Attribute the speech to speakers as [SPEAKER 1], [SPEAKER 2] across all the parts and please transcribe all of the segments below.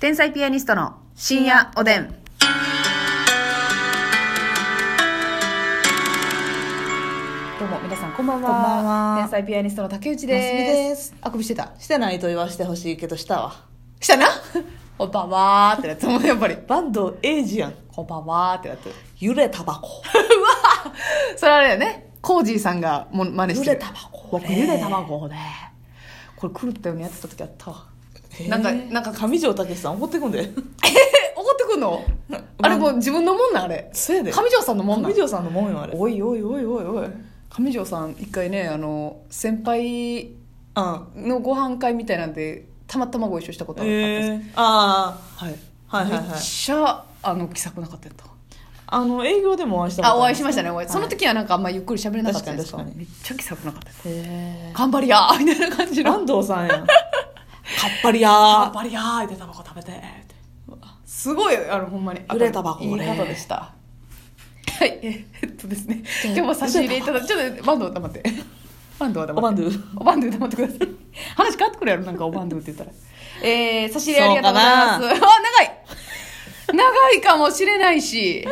[SPEAKER 1] 天才ピアニストの深夜おでん。どうも皆さんこんばんは。
[SPEAKER 2] こんばんは
[SPEAKER 1] 天才ピアニストの竹内
[SPEAKER 2] ますみ
[SPEAKER 1] です。
[SPEAKER 2] です
[SPEAKER 1] あくびしてた。
[SPEAKER 2] してないと言わしてほしいけどしたわ
[SPEAKER 1] した な。こんばんはーってなってもうやっぱり。
[SPEAKER 2] バンドエイジアン
[SPEAKER 1] こんばんはーってなってる。
[SPEAKER 2] 揺れタバコ
[SPEAKER 1] それあれだよね。コージーさんがも真似してる。
[SPEAKER 2] ゆで卵ね
[SPEAKER 1] 僕ゆで卵ね。これ狂ったようにやってた時あったわ。 なんかなんか
[SPEAKER 2] 上条武さん怒ってくんで
[SPEAKER 1] え怒ってくんの あれもう自分のもんなんあれ。
[SPEAKER 2] そうやで
[SPEAKER 1] 上条さんのもんなん
[SPEAKER 2] 上条さんのもんよあれ
[SPEAKER 1] おいおいおいおいおい上条さん一回ねあの先輩
[SPEAKER 2] あ
[SPEAKER 1] のご飯会みたいなんでたまたまご一緒したことあったんです、
[SPEAKER 2] えー、あー、はい、はいはい
[SPEAKER 1] め
[SPEAKER 2] は
[SPEAKER 1] っ
[SPEAKER 2] い
[SPEAKER 1] ちゃあの気さくなかったやった
[SPEAKER 2] あの営業でもお会いした
[SPEAKER 1] あお会いしましたね
[SPEAKER 2] ね
[SPEAKER 1] お会い、
[SPEAKER 2] はい
[SPEAKER 1] その時はなんかあんまゆっくり喋れなかったんです
[SPEAKER 2] 確かに
[SPEAKER 1] めっちゃ気さくなかったです
[SPEAKER 2] へ
[SPEAKER 1] 頑張りやーみたいな感じ
[SPEAKER 2] え
[SPEAKER 1] の
[SPEAKER 2] 安藤さ んやんかっぱりや
[SPEAKER 1] 頑
[SPEAKER 2] ー
[SPEAKER 1] 張りやーってタバコ食べてってすごいあのほんまに
[SPEAKER 2] ゆでタバコね
[SPEAKER 1] いい方でしたはいえっとですね今日も差し入れいただちょっとバンド黙ってバンドは黙って
[SPEAKER 2] おバンドゥ
[SPEAKER 1] おバンドゥ黙ってください話変わってくるやろなんかおバンドゥって言ったらえー、差し入れありがとうございますあ長い長いかもしれないし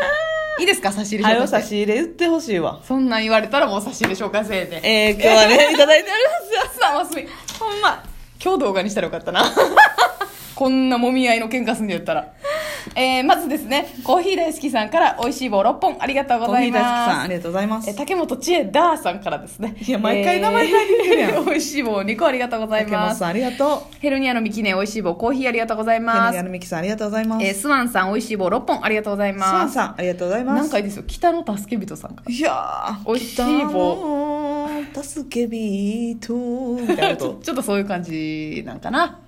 [SPEAKER 1] いいですか差し入れ
[SPEAKER 2] は
[SPEAKER 1] 紹
[SPEAKER 2] よ
[SPEAKER 1] 介
[SPEAKER 2] 差
[SPEAKER 1] し
[SPEAKER 2] して入れ言ってほしいわ
[SPEAKER 1] そんなん言われたらもう差し入れ紹介せえで
[SPEAKER 2] えー、今日はねいた だいております
[SPEAKER 1] すさますみほんま今日動画にしたらよかった なこんなもみ合いの喧嘩すんでやったらえー、まずですねコーヒー大好きさんから美味しい棒6本ありがとうご
[SPEAKER 2] コー
[SPEAKER 1] ざ
[SPEAKER 2] ヒ
[SPEAKER 1] い
[SPEAKER 2] ー大好きさん
[SPEAKER 1] ま
[SPEAKER 2] あ
[SPEAKER 1] す
[SPEAKER 2] りがとうございます
[SPEAKER 1] え竹本千恵ダーさんからですね
[SPEAKER 2] いや毎回名前変えてきてるやん
[SPEAKER 1] 美味しい棒2個ありがとうござい
[SPEAKER 2] 竹
[SPEAKER 1] ま
[SPEAKER 2] 本
[SPEAKER 1] す
[SPEAKER 2] さんありがとう
[SPEAKER 1] ヘルニアのミキネ美味しい棒コーヒーありがとうござい
[SPEAKER 2] ヘ
[SPEAKER 1] ま
[SPEAKER 2] ネ
[SPEAKER 1] す
[SPEAKER 2] アルミキさんありがとうございます
[SPEAKER 1] えー、スワンさん美味しい棒6本ありがとうござい
[SPEAKER 2] スワ
[SPEAKER 1] ま
[SPEAKER 2] ン
[SPEAKER 1] す
[SPEAKER 2] さんありがとうございます
[SPEAKER 1] なんかいいですよ北の助け人さんから
[SPEAKER 2] いやー
[SPEAKER 1] 美味しい棒
[SPEAKER 2] 来たの助けビートみたいな
[SPEAKER 1] ちょ
[SPEAKER 2] こ
[SPEAKER 1] ちょっとそういう感じなんかな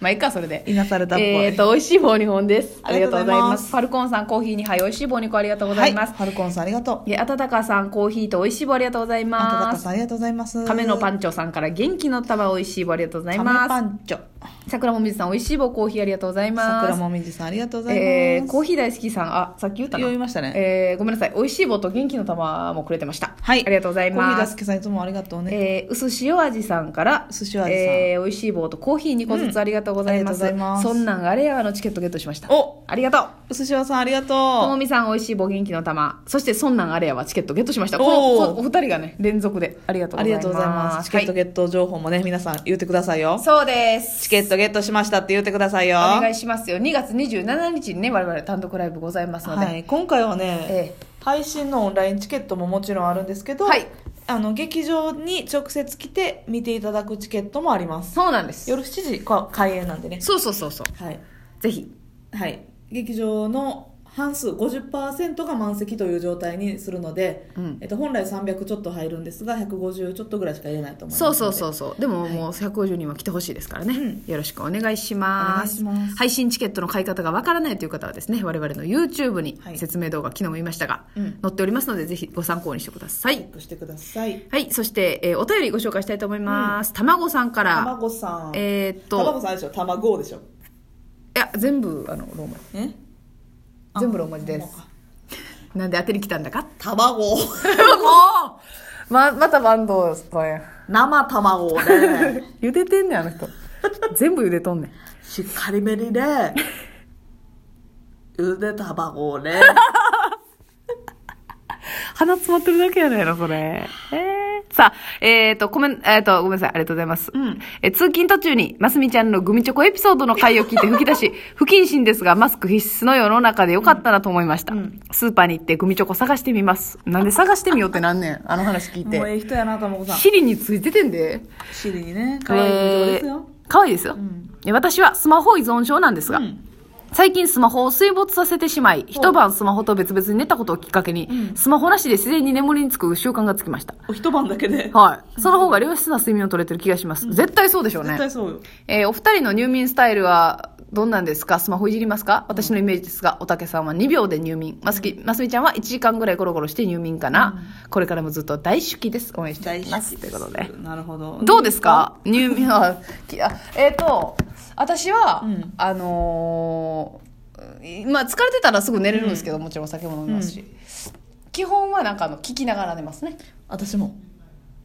[SPEAKER 1] まあいいかそれで
[SPEAKER 2] といなされたっぽい、
[SPEAKER 1] えっ、と、美味しい棒2本です。あ
[SPEAKER 2] あ
[SPEAKER 1] り
[SPEAKER 2] り
[SPEAKER 1] が
[SPEAKER 2] が
[SPEAKER 1] とうござ
[SPEAKER 2] とうござ
[SPEAKER 1] い
[SPEAKER 2] い
[SPEAKER 1] ま。
[SPEAKER 2] ますす
[SPEAKER 1] ファルコンさん、コーヒーにはい、美味しい棒2個ありがとうご
[SPEAKER 2] は
[SPEAKER 1] ざい
[SPEAKER 2] い
[SPEAKER 1] ます。
[SPEAKER 2] ファルコンさんありがとう
[SPEAKER 1] え、あたたかさん、コーヒーと美味しい棒ありがとうござい
[SPEAKER 2] あたた
[SPEAKER 1] ま
[SPEAKER 2] か
[SPEAKER 1] す。
[SPEAKER 2] さんありがとうございます
[SPEAKER 1] 亀のパ
[SPEAKER 2] ン
[SPEAKER 1] ンチョさんから元気の玉美味しい棒ありがとうござい
[SPEAKER 2] 亀パ
[SPEAKER 1] ま
[SPEAKER 2] ンチョ
[SPEAKER 1] す。桜もみずさん、美味しい棒コーヒーありがとうございます。
[SPEAKER 2] 桜もみじさんありがとうございます、
[SPEAKER 1] えー、コーヒー大好きさん、あ、さっき言ったな。
[SPEAKER 2] 言いましたね
[SPEAKER 1] えー、ごめんなさい。美味しい棒と元気の玉もくれてました。
[SPEAKER 2] はい
[SPEAKER 1] ありがとうござい
[SPEAKER 2] コーヒー
[SPEAKER 1] ま
[SPEAKER 2] 大
[SPEAKER 1] す
[SPEAKER 2] 好。きさんいつもありがとうね、
[SPEAKER 1] えー、薄塩味さんから
[SPEAKER 2] 薄塩味さん
[SPEAKER 1] えー美味しい棒とコーヒー2個ずつありがとうございます,、
[SPEAKER 2] うんありがとうございます
[SPEAKER 1] そんなんあれやわのチケットゲットしました
[SPEAKER 2] お
[SPEAKER 1] ありがとう
[SPEAKER 2] うすしおさんありがとう
[SPEAKER 1] ともみさん美味しい棒元気の玉そしてそんなんあれやわチケットゲットしましたこの
[SPEAKER 2] おー
[SPEAKER 1] こお二人がね連続でありがとう
[SPEAKER 2] あ
[SPEAKER 1] ござい
[SPEAKER 2] りが
[SPEAKER 1] ます
[SPEAKER 2] とうございますチケットゲット情報もね皆さん言ってくださいよ
[SPEAKER 1] はいそうです
[SPEAKER 2] チケットゲットしましたって言ってくださいよ
[SPEAKER 1] お願いしますよ2月27日にね我々単独ライブございますので、
[SPEAKER 2] はい、今回はね、
[SPEAKER 1] え
[SPEAKER 2] 配信のオンラインチケットももちろんあるんですけど、
[SPEAKER 1] はい
[SPEAKER 2] あの劇場に直接来て見ていただくチケットもあります
[SPEAKER 1] そうなんです
[SPEAKER 2] 夜7時か開演なんでね
[SPEAKER 1] そうそうそうそう
[SPEAKER 2] はい、
[SPEAKER 1] ぜひ
[SPEAKER 2] はい、劇場の半数50%が満席という状態にするので、
[SPEAKER 1] うん
[SPEAKER 2] えっと、本来300ちょっと入るんですが150ちょっとぐらいしか入れないと思います
[SPEAKER 1] そうそうそううそうでももう150人は来てほしいですからね、
[SPEAKER 2] うん
[SPEAKER 1] よろしくお願いします
[SPEAKER 2] お願いします
[SPEAKER 1] 配信チケットの買い方がわからないという方はですね我々の YouTube に
[SPEAKER 2] はい
[SPEAKER 1] 説明動画、昨日も言いましたが、
[SPEAKER 2] うん
[SPEAKER 1] 載っておりますのでぜひご参考にしてください
[SPEAKER 2] チェックしてください
[SPEAKER 1] はいそして、えーお便りご紹介したいと思います、たまごさんから
[SPEAKER 2] 卵さん
[SPEAKER 1] えーっ
[SPEAKER 2] 卵
[SPEAKER 1] と
[SPEAKER 2] さんでしょ卵でしょ
[SPEAKER 1] いや全部あのローマ
[SPEAKER 2] え
[SPEAKER 1] 字全部ローマ字ですなんで当てに来たんだか
[SPEAKER 2] 卵
[SPEAKER 1] もうままたバンドさんや
[SPEAKER 2] 生卵をね
[SPEAKER 1] 茹でてんねんあの人全部茹でとんねん
[SPEAKER 2] しっかりめにねゆで卵を ね
[SPEAKER 1] 鼻詰まってるだけやねんな、それ。えーさあ、えっ、と、ごめん、えっ、と、ごめんなさい、ありがとうございます。
[SPEAKER 2] ん
[SPEAKER 1] えー通勤途中に、ますみちゃんのグミチョコエピソードの回を聞いて吹き出 し、不謹慎ですが、マスク必須の世の中でよかったなと思いました。スーパーに行ってグミチョコ探してみます。なんで探してみようってなんねん、あの話聞い
[SPEAKER 2] もうえ
[SPEAKER 1] て。
[SPEAKER 2] え人やな卵さん
[SPEAKER 1] シリについててんで。
[SPEAKER 2] シリにね可愛い人ですよ、
[SPEAKER 1] えー可愛いですよ、
[SPEAKER 2] ん
[SPEAKER 1] で私はスマホ依存症なんですが、
[SPEAKER 2] うん
[SPEAKER 1] 最近スマホを水没させてしまい一晩スマホと別々に寝たことをきっかけに、スマホなしで自然に眠りにつく習慣がつきました
[SPEAKER 2] お一晩だけで
[SPEAKER 1] はいその方が良質な睡眠をとれてる気がします、絶対そうでしょうね
[SPEAKER 2] 絶対そうよ
[SPEAKER 1] えーお二人の入眠スタイルはどんなんですかスマホいじりますか私のイメージですが、おたけさんは2秒で入眠。ますき、ますみちゃんは1時間ぐらいゴロゴロして入眠かな。これからもずっと大好きです。応援して
[SPEAKER 2] 大
[SPEAKER 1] います。
[SPEAKER 2] 好き
[SPEAKER 1] ということで。
[SPEAKER 2] なるほど
[SPEAKER 1] どうですか入眠は、きあえっ、と、私は、
[SPEAKER 2] うん
[SPEAKER 1] あのーいまあ疲れてたらすぐ寝れるんですけど、もちろんお酒も飲みますし、基本はなんかあの聞きながら寝ますね。
[SPEAKER 2] 私も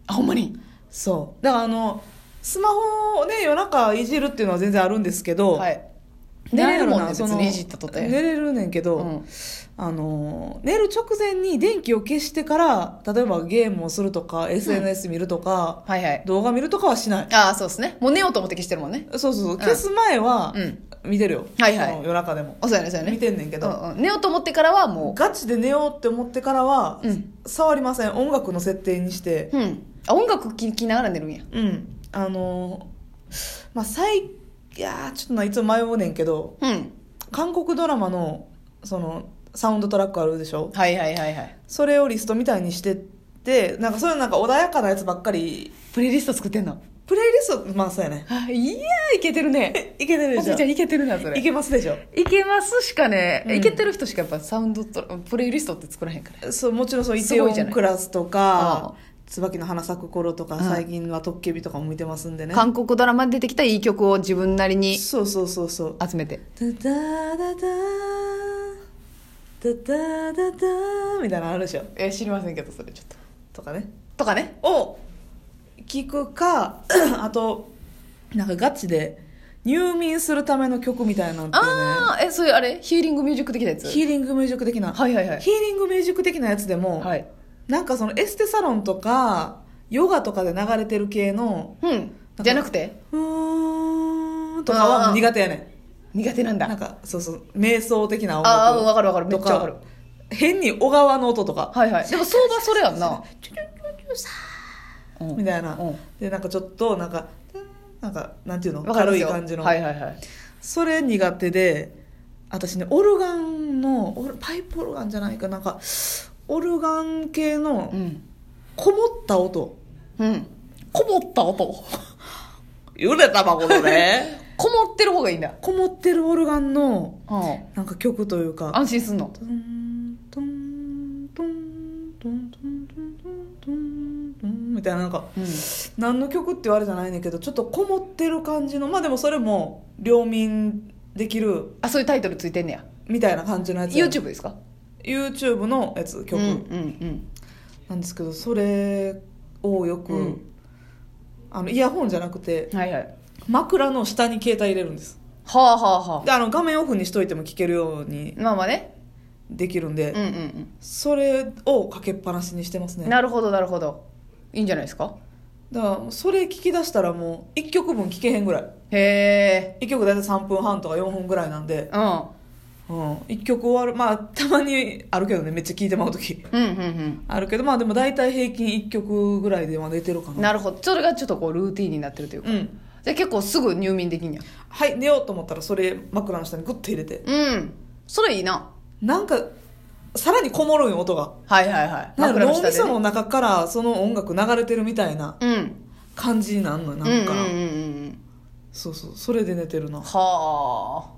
[SPEAKER 1] あ、ほんまにそう。
[SPEAKER 2] だからあのスマホをね夜中いじるっていうのは全然あるんですけど、
[SPEAKER 1] はい。寝れるもんね
[SPEAKER 2] なやろ
[SPEAKER 1] 別
[SPEAKER 2] な
[SPEAKER 1] にいじったとて
[SPEAKER 2] 寝れるねんけど、
[SPEAKER 1] うん
[SPEAKER 2] あのー寝る直前に電気を消してから例えばゲームをするとか SNS 見るとか、
[SPEAKER 1] はいはい。
[SPEAKER 2] 動画見るとかはしない
[SPEAKER 1] ああ、そうですね。もう寝ようと思って消してるもんね。
[SPEAKER 2] そうそうそう消す前は
[SPEAKER 1] うん
[SPEAKER 2] 見てるよ、
[SPEAKER 1] はいはい
[SPEAKER 2] その夜中でも
[SPEAKER 1] あそうやね、そうやね。
[SPEAKER 2] 見てんねんけど、
[SPEAKER 1] うんうん寝ようと思ってからはも
[SPEAKER 2] ガチで寝ようって思ってからは、
[SPEAKER 1] うん
[SPEAKER 2] 触りません音楽の設定にして
[SPEAKER 1] う、うん。あ、音楽聴きながら寝るんや。
[SPEAKER 2] うんあのーまあ最いやーちょっとないつも迷うねんけど
[SPEAKER 1] うん。
[SPEAKER 2] 韓国ドラマのそのサウンドトラックあるでしょ
[SPEAKER 1] はいはいはいはい。
[SPEAKER 2] それをリストみたいにしてってなんかそういうなんか穏やかなやつばっかり
[SPEAKER 1] プレイリスト作ってんの。
[SPEAKER 2] プレイリストまあそうやね
[SPEAKER 1] あ、いやー、いけてるね。
[SPEAKER 2] いけてる
[SPEAKER 1] ま
[SPEAKER 2] でし
[SPEAKER 1] すみ
[SPEAKER 2] ょ
[SPEAKER 1] ちゃん、いけてるな、それ。
[SPEAKER 2] いけますでしょ
[SPEAKER 1] いけますしかね、
[SPEAKER 2] うん
[SPEAKER 1] いけてる人しかやっぱサウンドとプレイリストって作らへんから
[SPEAKER 2] そうもちろんそうイ
[SPEAKER 1] す
[SPEAKER 2] テウ
[SPEAKER 1] ごいじゃ
[SPEAKER 2] ォ
[SPEAKER 1] な
[SPEAKER 2] ン
[SPEAKER 1] い
[SPEAKER 2] クラスと
[SPEAKER 1] あ
[SPEAKER 2] か椿の花咲く頃とか
[SPEAKER 1] うん
[SPEAKER 2] 最近はトッケビとかも見てますんでね
[SPEAKER 1] 韓国ドラマで出てきたいい曲を自分なりに
[SPEAKER 2] そうそうそうそう
[SPEAKER 1] 集めて
[SPEAKER 2] ダダダダダダダダみたいなのあるでしょ
[SPEAKER 1] え知りませんけどそれちょっと
[SPEAKER 2] とかね
[SPEAKER 1] とかね
[SPEAKER 2] を聞くかあとなんかガチで入眠するための曲みたいなのってね
[SPEAKER 1] ああえそういうあれヒーリングミュージック的なやつ
[SPEAKER 2] ヒーリングミュージック的な、
[SPEAKER 1] はいはいはい
[SPEAKER 2] ヒーリングミュージック的なやつでも、
[SPEAKER 1] はい
[SPEAKER 2] なんかそのエステサロンとかヨガとかで流れてる系の
[SPEAKER 1] うんじゃなくて
[SPEAKER 2] うーんとかはもう苦手やね
[SPEAKER 1] 苦手なん
[SPEAKER 2] んなん
[SPEAKER 1] だ
[SPEAKER 2] かそうそう瞑想的な音楽
[SPEAKER 1] ああわかるわかるめっ
[SPEAKER 2] と
[SPEAKER 1] ちゃわかる
[SPEAKER 2] 変に小川の音とか、
[SPEAKER 1] はいはいでも相場それやんな うん
[SPEAKER 2] みたいな、
[SPEAKER 1] うん
[SPEAKER 2] でなんかちょっとなんかなんかなんていうの
[SPEAKER 1] わかりま
[SPEAKER 2] 軽
[SPEAKER 1] す
[SPEAKER 2] い
[SPEAKER 1] よ
[SPEAKER 2] 感じの、
[SPEAKER 1] はいはいはい
[SPEAKER 2] それ苦手で私ねオルガンのオルパイプオルガンじゃないかなんかオルガン系の
[SPEAKER 1] うん
[SPEAKER 2] こもった音
[SPEAKER 1] うんこもった音
[SPEAKER 2] 揺れたまこのね
[SPEAKER 1] こもってる方がいいんだ
[SPEAKER 2] こもってるオルガンの
[SPEAKER 1] うん
[SPEAKER 2] なんか曲というか
[SPEAKER 1] 安心すんの
[SPEAKER 2] トントントントントントントントントンみたいななんか
[SPEAKER 1] うん
[SPEAKER 2] 何の曲って言われじゃないねんだけどちょっとこもってる感じのまあでもそれも両民できる
[SPEAKER 1] あそういうタイトルついてんねや
[SPEAKER 2] みたいな感じのやつ
[SPEAKER 1] YouTube ですか
[SPEAKER 2] YouTube のやつ曲、
[SPEAKER 1] うんうん
[SPEAKER 2] なんですけどそれをよく、
[SPEAKER 1] うん
[SPEAKER 2] あのイヤホンじゃなくて
[SPEAKER 1] うんはいはい
[SPEAKER 2] 枕の下に携帯入れるんです
[SPEAKER 1] はあはあは
[SPEAKER 2] であの画面オフにしといても聴けるように
[SPEAKER 1] あまあまあね
[SPEAKER 2] できるんで、
[SPEAKER 1] うんうん
[SPEAKER 2] それをかけっぱなしにしてます
[SPEAKER 1] う
[SPEAKER 2] ね
[SPEAKER 1] んなるほどなるほどいいんじゃないですか
[SPEAKER 2] だからそれ聞き出したらもう1曲分聴けへんぐらい
[SPEAKER 1] へえ
[SPEAKER 2] 1曲大体3分半とか4分ぐらいなんで、
[SPEAKER 1] うん
[SPEAKER 2] うん、1曲終わるまあたまにあるけどねめっちゃ聴いてまう時
[SPEAKER 1] うんうん
[SPEAKER 2] あるけどまあでも大体平均1曲ぐらいでは出てるか
[SPEAKER 1] うん
[SPEAKER 2] な
[SPEAKER 1] なるほどそれがちょっとこうルーティンになってるというか、
[SPEAKER 2] うん
[SPEAKER 1] じゃあ結構すぐ入眠できんや
[SPEAKER 2] はい寝ようと思ったらそれ枕の下にグッと入れて
[SPEAKER 1] うんそれいいな
[SPEAKER 2] なんかさらにこもるんよ音が
[SPEAKER 1] はいはいはい
[SPEAKER 2] なんか
[SPEAKER 1] 枕の
[SPEAKER 2] 脳
[SPEAKER 1] 下
[SPEAKER 2] み
[SPEAKER 1] で、
[SPEAKER 2] そ
[SPEAKER 1] ね、
[SPEAKER 2] の中からその音楽流れてるみたいな
[SPEAKER 1] うん
[SPEAKER 2] 感じになんのよなんか、
[SPEAKER 1] うんうんうんうんうん
[SPEAKER 2] そうそうそれで寝てるな
[SPEAKER 1] は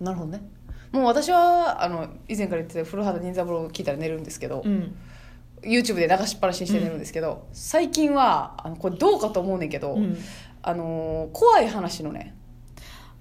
[SPEAKER 1] あなるほどねもう私はあの以前から言ってた古畑任三郎を聞いたら寝るんですけど、
[SPEAKER 2] うん、
[SPEAKER 1] YouTube で流しっぱなしにして寝るんですけど、最近はあのこれどうかと思うねんけど、
[SPEAKER 2] うん、
[SPEAKER 1] あのー怖い話のね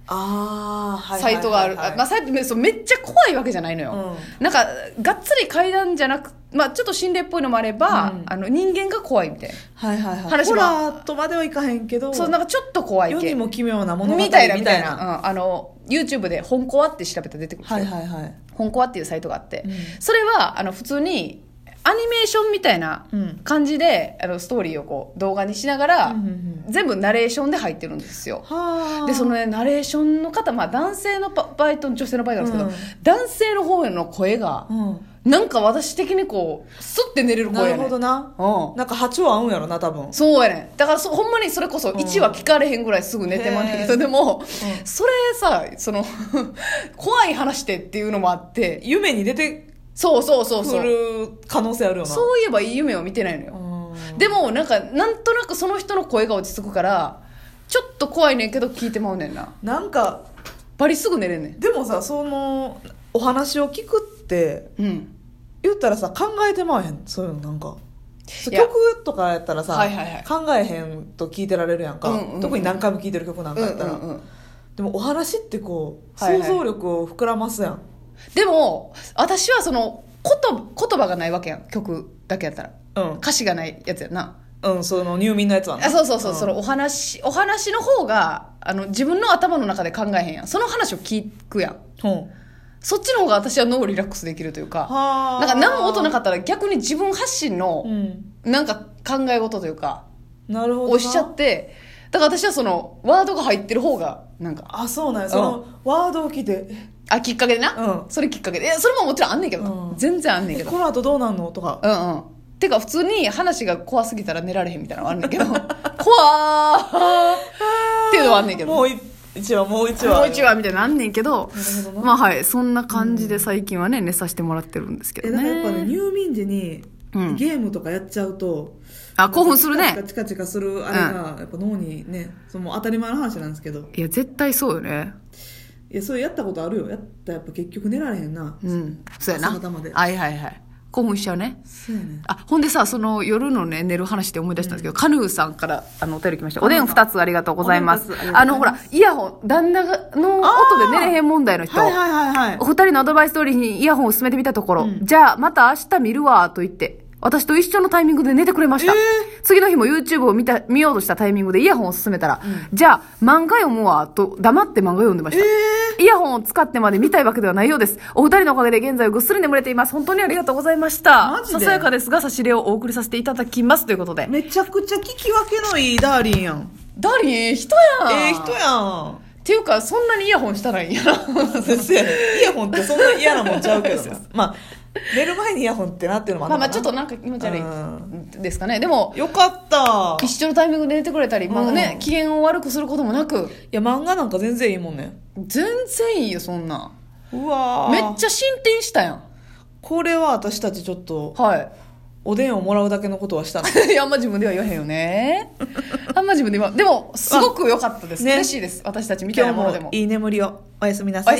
[SPEAKER 2] ああはい
[SPEAKER 1] サイトがある、あまあ、サイトそうめっちゃ怖いわけじゃないのよ、なんかがっつり階段じゃなく、まあ、ちょっと心霊っぽいのもあれば、
[SPEAKER 2] うん
[SPEAKER 1] あの人間が怖いみたいな、
[SPEAKER 2] はいはいはい
[SPEAKER 1] 話
[SPEAKER 2] ホ
[SPEAKER 1] も
[SPEAKER 2] ラーとまではいかへんけど
[SPEAKER 1] そうなんかちょっと怖い
[SPEAKER 2] 世
[SPEAKER 1] 系
[SPEAKER 2] にも奇妙なもの
[SPEAKER 1] みたいなみたいな、うん、あの YouTube で「本コア」って調べたら出てくるんです
[SPEAKER 2] は
[SPEAKER 1] よ
[SPEAKER 2] いはいはい
[SPEAKER 1] 本コアっていうサイトがあって、
[SPEAKER 2] うん
[SPEAKER 1] それはあの普通にアニメーションみたいな
[SPEAKER 2] うん
[SPEAKER 1] 感じで、あのストーリーをこう動画にしながら、
[SPEAKER 2] うんうんうん
[SPEAKER 1] 全部ナレーションで入ってるんですよ
[SPEAKER 2] はあ
[SPEAKER 1] でそのねナレーションの方、まあ、男性のパ場合と女性の場合なんですけど、
[SPEAKER 2] うん
[SPEAKER 1] 男性の方への声が
[SPEAKER 2] う、ん
[SPEAKER 1] なんか私的にこうスッて寝れる
[SPEAKER 2] な
[SPEAKER 1] 声
[SPEAKER 2] る
[SPEAKER 1] やね
[SPEAKER 2] ほどな
[SPEAKER 1] ど
[SPEAKER 2] なんか波長合うんやろな多分
[SPEAKER 1] うんそうやねんだからそほんまにそれこそ
[SPEAKER 2] ん
[SPEAKER 1] 1は聞かれへんぐらいすぐ寝てまうねんけど
[SPEAKER 2] へー
[SPEAKER 1] でも、
[SPEAKER 2] うん
[SPEAKER 1] それさその 怖い話でっていうのもあって
[SPEAKER 2] 夢に出て
[SPEAKER 1] そうそうそう
[SPEAKER 2] く
[SPEAKER 1] そう
[SPEAKER 2] る可能性あるよな
[SPEAKER 1] そういえばいい夢を見てないのよ、
[SPEAKER 2] うん
[SPEAKER 1] でもなんかなんとなくその人の声が落ち着くからちょっと怖いねんけど聞いてまうねんな
[SPEAKER 2] なんか
[SPEAKER 1] バリすぐ寝れんねん
[SPEAKER 2] でもさそのお話を聞くって
[SPEAKER 1] うん
[SPEAKER 2] 言ったらさ考えてまわへんそういうのなんか
[SPEAKER 1] いや
[SPEAKER 2] 曲とかやったらさ、
[SPEAKER 1] はいはいはい
[SPEAKER 2] 考えへんと聞いてられるやんか、
[SPEAKER 1] うんうんうん
[SPEAKER 2] 特に何回も聞いてる曲なんか
[SPEAKER 1] うん
[SPEAKER 2] やった
[SPEAKER 1] う
[SPEAKER 2] ら、
[SPEAKER 1] んうん
[SPEAKER 2] でもお話ってこう
[SPEAKER 1] はいは
[SPEAKER 2] 想
[SPEAKER 1] い
[SPEAKER 2] 像力を膨らますやん、
[SPEAKER 1] でも私はそのこと言葉がないわけやん曲だけやったら歌詞がないやつやんな
[SPEAKER 2] うんうんその入眠のやつはな
[SPEAKER 1] あそうそうそう、
[SPEAKER 2] ん
[SPEAKER 1] そのお話お話の方があの自分の頭の中で考えへんやんその話を聞くやん
[SPEAKER 2] ほう
[SPEAKER 1] そっちの方が私は脳リラックスできるというか
[SPEAKER 2] は
[SPEAKER 1] なんか何も音なか
[SPEAKER 2] っ
[SPEAKER 1] ったら逆に自分発信の
[SPEAKER 2] うん
[SPEAKER 1] なんか考え事というか
[SPEAKER 2] なるほどな
[SPEAKER 1] をしちゃってだから私はそのワードが入ってる方がなんか
[SPEAKER 2] あそうなんやそのワードを聞いてえ
[SPEAKER 1] あきっかけでな、
[SPEAKER 2] うん
[SPEAKER 1] それきっかけでいやそれももちろんあんねんけどな、
[SPEAKER 2] うん
[SPEAKER 1] 全然あんねんけ
[SPEAKER 2] え
[SPEAKER 1] ど
[SPEAKER 2] この後どうなんのとか
[SPEAKER 1] うんうんてか普通に話が怖すぎたら寝られへんみたいなのはあんねん けど怖ーっていうのはあんねんけど
[SPEAKER 2] もう一話もう一話
[SPEAKER 1] もう一話みたいなのあんねんけど
[SPEAKER 2] なるほどな
[SPEAKER 1] まあはいそんな感じで最近はね、寝させてもらってるんですけど
[SPEAKER 2] えなんかやっぱね
[SPEAKER 1] ね
[SPEAKER 2] 入眠時に
[SPEAKER 1] うん
[SPEAKER 2] ゲームとかやっちゃうと、
[SPEAKER 1] あ興奮するね
[SPEAKER 2] チカチカチカチカするあれがやっぱ脳にねそのもう当たり前の話なんですけど
[SPEAKER 1] いや絶対そうよね
[SPEAKER 2] いやそれやったことあるよやったらやっぱ結局寝られへんな
[SPEAKER 1] うんそうやな
[SPEAKER 2] 朝方まで
[SPEAKER 1] はいはいはい興奮しちゃうね
[SPEAKER 2] そうやね
[SPEAKER 1] あほんでさその夜のね寝る話で思い出したんですけど、カヌーさんからあのお便り来ましたおでん2つありがとうございます
[SPEAKER 2] おでん二つありがとうございます
[SPEAKER 1] あのほらイヤホン旦那の音で寝れへん問題の人
[SPEAKER 2] はいはいはいはい
[SPEAKER 1] お二人のアドバイス通りにイヤホンを進めてみたところ、
[SPEAKER 2] うん
[SPEAKER 1] じゃあまた明日見るわと言って、私と一緒のタイミングで寝てくれました。
[SPEAKER 2] えー
[SPEAKER 1] 次の日も YouTube を見た見ようとしたタイミングでイヤホンを進めたら、じゃあ漫画読むわと黙って漫画読んでました。イヤホンを使ってまで見たいわけではないようです。お二人のおかげで現在ぐっすり眠れています。本当にありがとうございました。
[SPEAKER 2] マジで
[SPEAKER 1] ささやかですが、差し入れをお送りさせていただきますということで。
[SPEAKER 2] めちゃくちゃ聞き分けのいいダーリンやん
[SPEAKER 1] ダーリン、ええ人や
[SPEAKER 2] ええ人
[SPEAKER 1] っ
[SPEAKER 2] やん
[SPEAKER 1] ていうか、そんなにイヤホンしたらいいん やな。
[SPEAKER 2] 先生イヤホンってそんな嫌なもんちゃうけどなまあ寝る前にイヤホンってなっていうのもあ
[SPEAKER 1] まあま
[SPEAKER 2] るの
[SPEAKER 1] あ、 ちょ
[SPEAKER 2] か
[SPEAKER 1] っ
[SPEAKER 2] な
[SPEAKER 1] となんか気持ち悪
[SPEAKER 2] うん
[SPEAKER 1] いですかね。でも、
[SPEAKER 2] よかった
[SPEAKER 1] 一緒のタイミングで寝てくれたり、まあね
[SPEAKER 2] うん
[SPEAKER 1] 機嫌を悪くすることもなく
[SPEAKER 2] いや漫画なんか全然いいもんね
[SPEAKER 1] 全然いいよそんなん
[SPEAKER 2] うわー
[SPEAKER 1] めっちゃ進展したやん
[SPEAKER 2] これは私たちちょっと
[SPEAKER 1] は
[SPEAKER 2] おでんをもらうだけのことはしたの
[SPEAKER 1] いいやあんま自分では言わへんよねあんま自分ではでもすごく良かったです、
[SPEAKER 2] ね
[SPEAKER 1] 嬉しいです私たちみたい
[SPEAKER 2] 今
[SPEAKER 1] な
[SPEAKER 2] 日
[SPEAKER 1] ものでも
[SPEAKER 2] もいい眠りをおやすみな
[SPEAKER 1] お
[SPEAKER 2] さ
[SPEAKER 1] やすみ
[SPEAKER 2] い